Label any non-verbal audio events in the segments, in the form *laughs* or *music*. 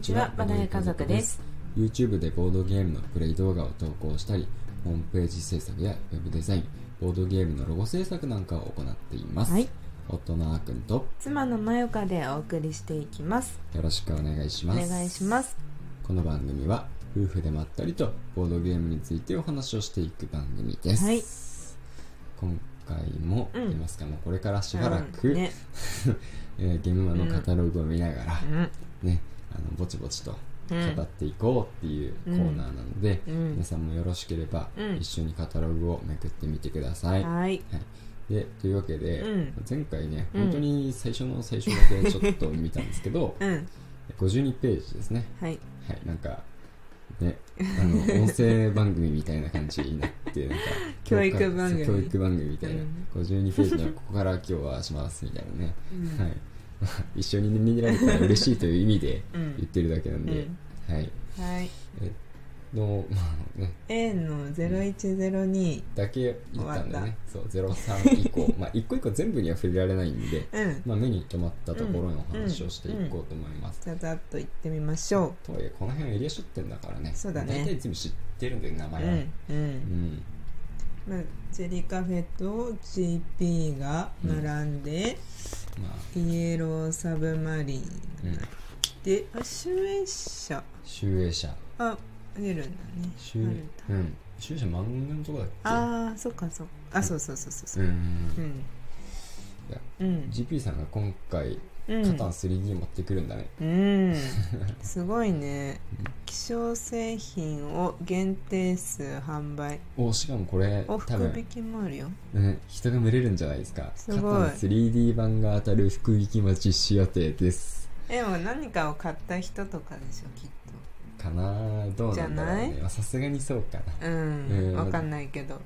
ちはバナヤ家族です YouTube でボードゲームのプレイ動画を投稿したりホームページ制作やウェブデザインボードゲームのロゴ制作なんかを行っています、はい夫のあーくんと妻のまよかでお送りしていきますよろしくお願いしおます願いしますこの番組は夫婦でまったりとボードゲームについてお話をしていく番組です、はい今回も、うん言いますかもうこれからしばらく、うんねえーゲームマンのカタログを見ながら、うんねあのぼちぼちとうん語っていこうっていうコーナーなので、うん皆さんもよろしければうん一緒にカタログをめくってみてください、はいでというわけで、うん前回ねうん本当に最初の最初だけちょっと見たんですけどうん52ページですねはいはいなんかね、あ *laughs* の音声番組みたいな感じになってなんか教育番組教育番組みたいな、うん52ページのここから今日はしますみたいなね、 *laughs* うんはい *laughs* まあ一緒に見られたら嬉しいという意味でう言っんてるだけなんで、はいはいの、まあね、 A の0102だけ言ったんで終わっねそう03以 *laughs* 降まあ一個一個全部には触れられないんで、うんまあ、目に留まったところのお話をしていこうと思います、ざざっと行ってみましょとはいえこの辺はエリア出店だからねそうだね大体全部知ってるんで名うう前は、んううんんまあチェリカフェと GP が並んでまあイエローサブマリンうんであ集英社集英社あ出るんだね集あ英るんだうん集英社漫画のとこだっけあーそっかそっかあそうそうそうそううんそうううんんいやうん、 GP さんが今回うん、カタン 3D 持ってくるんだね、 *laughs* うん、すごいね希少製品を限定数販売おしかもこれ多お福分引きもあるよね、人が群れるんじゃないですかすごいカタン 3D 版が当たる福引き待ち仕予定ですでも何かを買った人とかでしょきっかなあどうなんだろうじゃねまあさすがにそうかなとうん、うんわかんないけど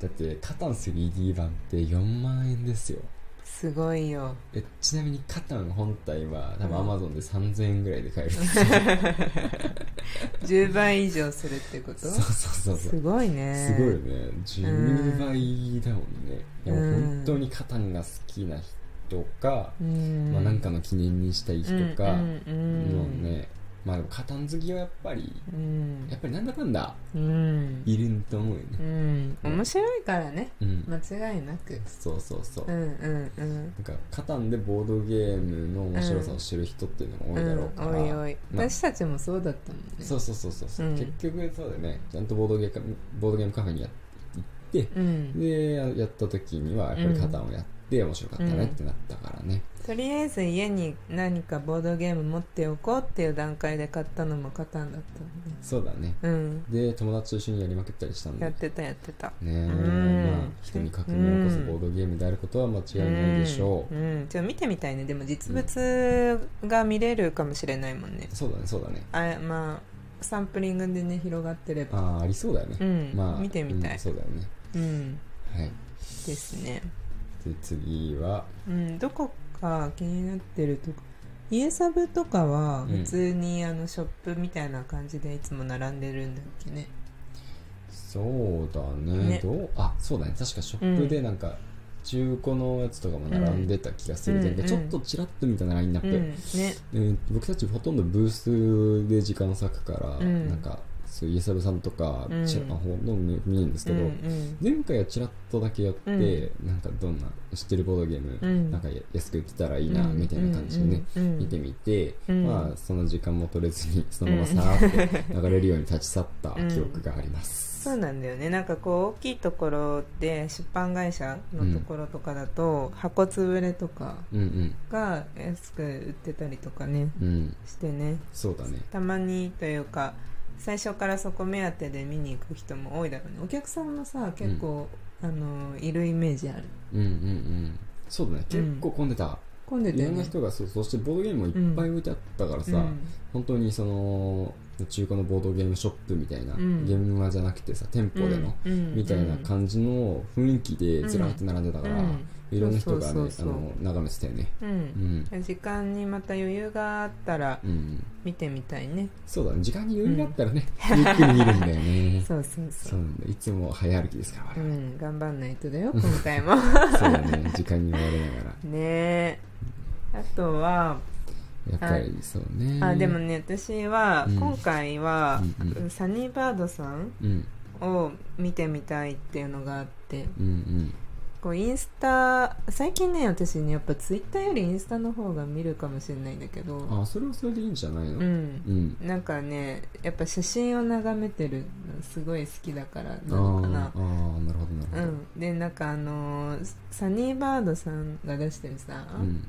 だってカタン 3D 版って4万円ですよすごいよ *laughs* えちなみにカタン本体は多分うアんマゾンで3000円ぐらいで買える10倍以上するってことそうそうそうそうすごいねすごいよね10倍だもんねでもうん本当にカタンが好きな人か、うんまあ、なんかの記念にしたい人か、うんうんもうんうねまあでもカタン好きはやっぱりうんやっぱりなんだかんだうんいると思うよねうん面白いからねうん、間違いなくそうそうそう、うんうんうんなんかカタンでボードゲームの面白さを知る人っていうのが多いだろうから、ん、おいおいまあ私たちもそうだったもんねそうそうそうそう、うん結局そうだよねちゃんとボードゲーカボードゲームカフェにや行ってうんでややった時にはやっぱりカタンをやって面白かったねってなったからね、とりあえず家に何かボードゲーム持っておこうっていう段階で買ったのもカタンだったのねそうだねうんで友達と一緒にやりまくったりしたんだやっねてたやってたえ、んまあ人に革命を起こすボードゲームであることは間違いないでしょう、うん、うんちょっと見てみたいねでも実物が見れるかもしれないもんね、そうだねそうだねあまあサンプリングでね広がってればああありそうだよね、うん、まあ見てみたういん、そうだよねうん、はいですねで次はうん、どこか気になってるとこ家サブとかはうん普通にあのショップみたいな感じでいつも並んでるんだっけね、そうだねねどうあそうだね確かショップでなんか中古のやつとかも並んでた気がする、うんなんかうんちょっとちらっと見たなラインナッうプ、ん、ねうん僕たちほとんどブースで時間割くから、うんなんかそうイエサブさんとか、うんちらあほとんど見ないんですけうんど、うん前回はちらっとだけやって、なんかどんな知ってるボードゲーム、うんなんかや安く売ってたらいいな、みたいな感じでね、うんうん見てみて、うんまあその時間も取れずにそのままさーっと流れるように立ち去った記憶があり *laughs* ます、そうなんだよねなんかこう大きいところで出版会社のところとかだと箱潰れとかうん、うんが安く売ってたりとかねうんしてねそうだねたまにというか最初からそこ目当てで見に行く人も多いだろうねお客さんもさ結構、あのいるイメージあるうんうんうんそうだねうん結構混んでた、混んでいたろよんなね人がそうそしてボードゲームもいっぱい置いてあったからさ、うん本当にその中古のボードゲームショップみたいな、うんゲームマじゃなくてさ店舗での、うんみたいな感じの雰囲気でずらーって並んでたから、うんいろんな人がねそうそうそうそうあの眺めてたよねう、うんん、時間にまた余裕があったらうん、見てみたいねそうだね時間に余裕があったら *laughs* ね、ゆっくり見るんだよねそうそうそうそうなんだいつも早歩きですから我う々、ん、頑張んないとだよ今 *laughs* 回もそうだね時間に追われながらねえあとはやっぱりそうねあでもね私はうん今回は、うんうんサニーバードさんうんを見てみたいっていうのがあってうんこうインスタ最近ね私ねやっぱツイッターよりインスタの方が見るかもしれないんだけうんどあそれはそれでいいんじゃないのうんうんなんかねやっぱ写真を眺めてるのすごい好きだからあなのかーなあーなるほどなるほうどん、でなんかあのーサニーバードさんが出してるさ、うん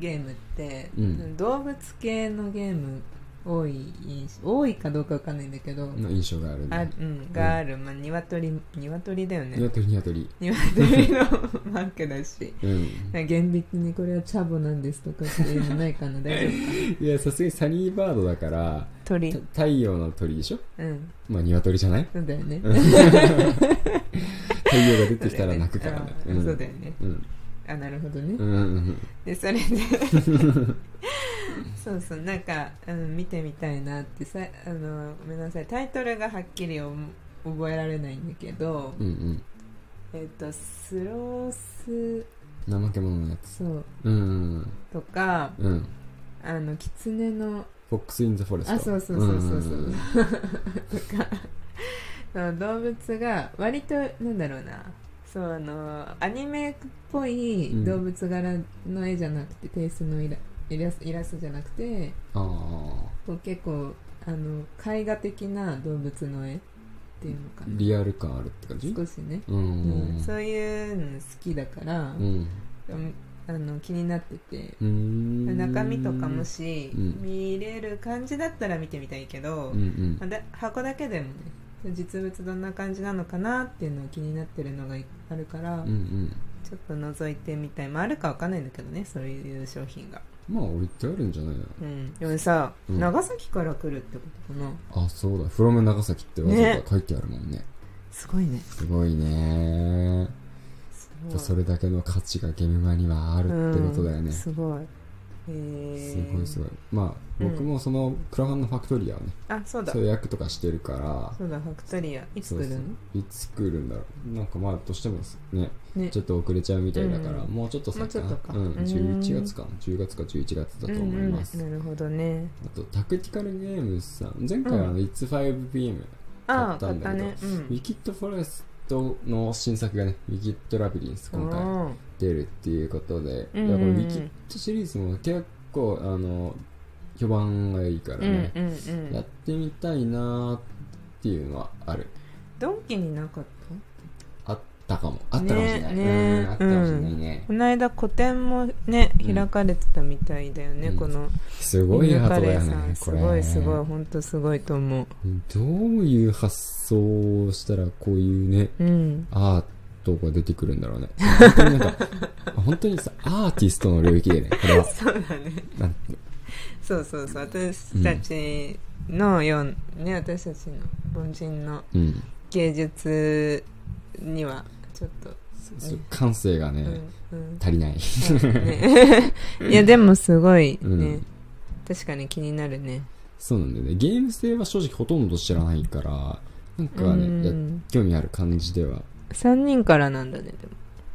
ゲームって、うん動物系のゲーム多い印象多いかどうかわかんないんだけど、の印象があるあねうん、がある、まあ、鶏鶏だよね鶏鶏鶏の *laughs* マークだし *laughs* うん厳密にこれはチャボなんですとかっていうのないかな大丈夫いやさすがにサニーバードだから鳥た太陽の鳥でしょうんまあ鶏じゃないそうだよねうん太陽が出てきたら泣くからね *laughs* そうだよねあーそうだよねうんあなるほどね、うんうんでそれ *laughs* でそうそうなんか、うん、見てみたいなってさあのごめんなさいタイトルがはっきりお覚えられないんだけど、うんうんえっとスロース怠け者のやつそううんとかうんうんあのキツネのフォックス・イン・ザ・フォレストあそうそうそうそうそうんんんとか *laughs* その動物が割となんだろうなそうあのアニメっぽい動物柄の絵じゃなくて、テイストのイライラスイラストじゃなくてああこう結構あの絵画的な動物の絵っていうのかなリアル感あるって感じ少しね、ううんん、そういうの好きだから、うんうんあの気になっててうーん中身とかもし、うん見れる感じだったら見てみたいけど、うんうんまあだ箱だけでもね実物どんな感じなのかなっていうのを気になってるのがあるから、うんうんちょっと覗いてみたい、まあ、あるかわかんないんだけどねそういう商品が、まあ置いてあるんじゃないのうん、でもさ、うん長崎から来るってことかなあそうだ「from 長崎」ってわざわざ書いてあるもんねすごいねすごいねすそれだけの価値がゲームマにはあるってことだようね、んすすごいへーごいすごいまあ僕もそのクラファンのファクトリアをね、あそうだそそうういう役とかしてるからだファクトリアいつ来るのそうそういつ来るんだろうなんかまあどうしてもねねちょっと遅れちゃうみたいだから、うんもうちょっと先かなもうちょっとかうん、うん11月かな10月か11月だと思います、うんうん、なるほどねあとタクティカルゲームズさん前回はあの It's 5PM ああ買買っったんだたけどねうウィんキッドフォレストの新作がねウィキッドラビリンス今回出るっていうことで、うんうんうんだからこのウィキッドシリーズも結構あの評判がいいからうんうんね、うんうやっんてみたいなっていうのはあるドンキになかっあったかもあったかもしれない、ねうねんあったかもしれないねた、この間個展もねうん開かれてたみたいだよね、うんこのすごいハーカトだレよーねさんすこれごいすごい本当すごいと思うどういう発想をしたらこういうねうんアートが出てくるんだ *laughs* ろうね本当になんか本当にさアーティストの領域でねこれはそうだねなんそうそうそう私たちのよう、ね私たちの凡人のうん芸術にはちょっと、そう感性がね、うんうん足りない *laughs* ねいやでもすごいね、うん確かに気になるねそうなんだよねゲーム性は正直ほとんど知らないからなんかね、うやん、興味ある感じでは3人からなんだねで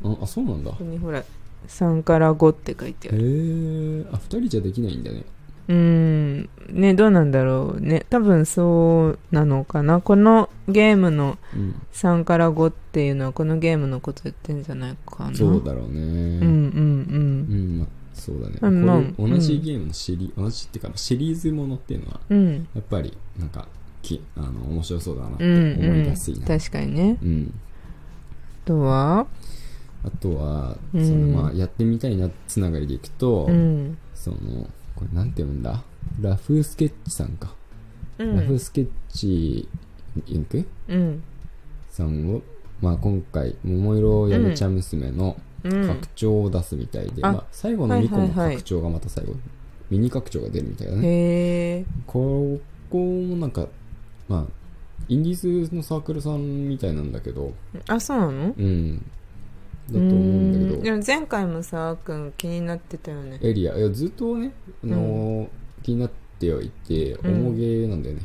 もああそうなんだここへにほら3から5って書いてあえるあ二人じゃできないんだねうんねどうなんだろうね多分そうなのかなこのゲームのうん3から5っていうのはこのゲームのこと言ってんじゃないかなそうだろうねううんうんんまあそうだね、うんまあこれ同じうんゲームのシリ、同じっていうかまあシリーズものっていうのはうんうんやっぱりなんかきあの面白そうだなってうん思いうんやすいな、確かにねうんあとはあとは、うんそのまあ、やってみたいなつながりでいくと、うんそのこれなんて読むんだラフスケッチさんか、うラフんスケッチインクうんさんを、まあ、今回「桃色やめちゃ娘」のうん拡張を出すみたいで、あまあ、最後のはい2個はいはのい拡張がまた最後、ミニ拡張が出るみたいだねへえここもなんかまあインディーズのサークルさんみたいなんだけどあそうなのうんだと思うんだうーんけでども前回もさあーくん気になってたよねエリアいやずっとね、あのー気になってはいてうん重げなんだよね、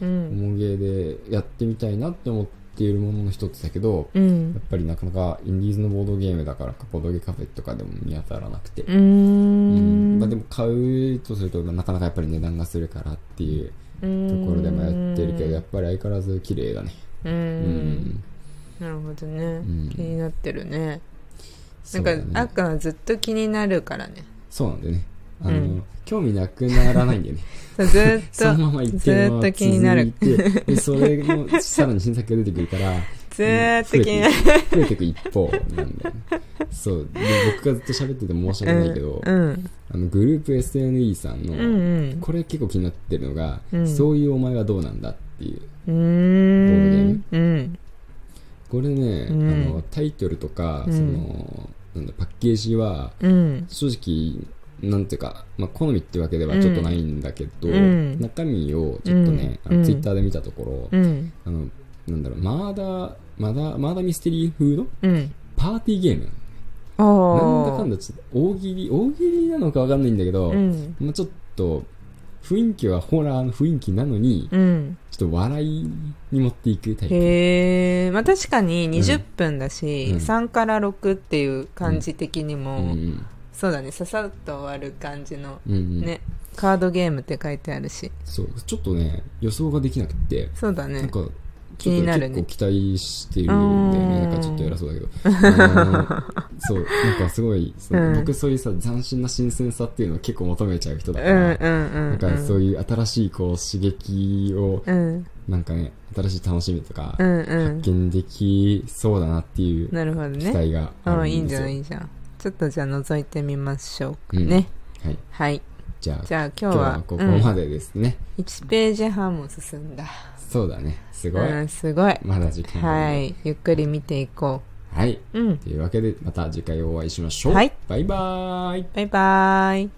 うん重げでやってみたいなって思っているものの一つだけどうやっんぱりなかなかインディーズのボードゲームだからかボードゲーカフェとかでも見当たらなくて、うーんうんだでも買うとすると、まあなかなかやっぱり値段がするからっていうとところでもやってるけど、やっぱぱり相変わらず綺麗だね。ううんん。なるほどねん気になってるねそなうんだかね赤はずっと気になるからねそうなんだよね。あの、うん興味なくならないんだよね。 *laughs* *laughs* そうずーっそのとまま行ってるのずーっと気になる続いてでそれのさらに新作が出てくるから *laughs* ずーっと気になる増えていく一方なんだよねそうで僕がずっと喋ってて申し訳ないけど、うんあのグループ SNE さんの、うんうんこれ結構気になってるのが、うんそういうお前はどうなんだっていううーんうんこれね、うんあのタイトルとか、うんそのなんだパッケージはうん正直なんていうか、まあ、好みってわけではちょっとないんだけど、うん中身をちょっとね、うんあうんのツイッターで見たところ、うんあのなんだろうマーダーマーダーマーダーミステリーフードうんパーティーゲームあなんだあかんだちょっと大喜利大喜利なのかわかんないんだけど、うんまあ、ちょっと雰囲気はホラーの雰囲気なのに、うんちょっと笑いに持っていくタイプへえまあ確かに20分だし、うん3から6っていう感じ的にも、うんそうだねささっと終わる感じのうんうんね、カードゲームって書いてあるしそうちょっとね予想ができなくて、そうだなんねか気ちょにっとなる結ね構期待してるんだよねうーんなんかちょっと偉そうだけ *laughs* どあのそうなんかすごいそのうん僕そういうさ斬新な新鮮さっていうのを結構求めちゃう人うだんから、うんうなんんかそうういう新しいこう刺激をうんなんかね新しい楽しみとかうんうん発見できそうだなっていうなるほど期ね待がああるいいんんでじゃすよ、ないいいじゃんちょっとじゃあ覗いてみましょうかうんね、はいはいじゃあじゃあ今今日日ははここうん、までですね、 1ページ半も進んだそうだねすごい、うんすごいまだ時間がはあるいゆっくり見ていこはい、ううんというわけでまた次回お会いしましょう、はいバイバーイバイバイ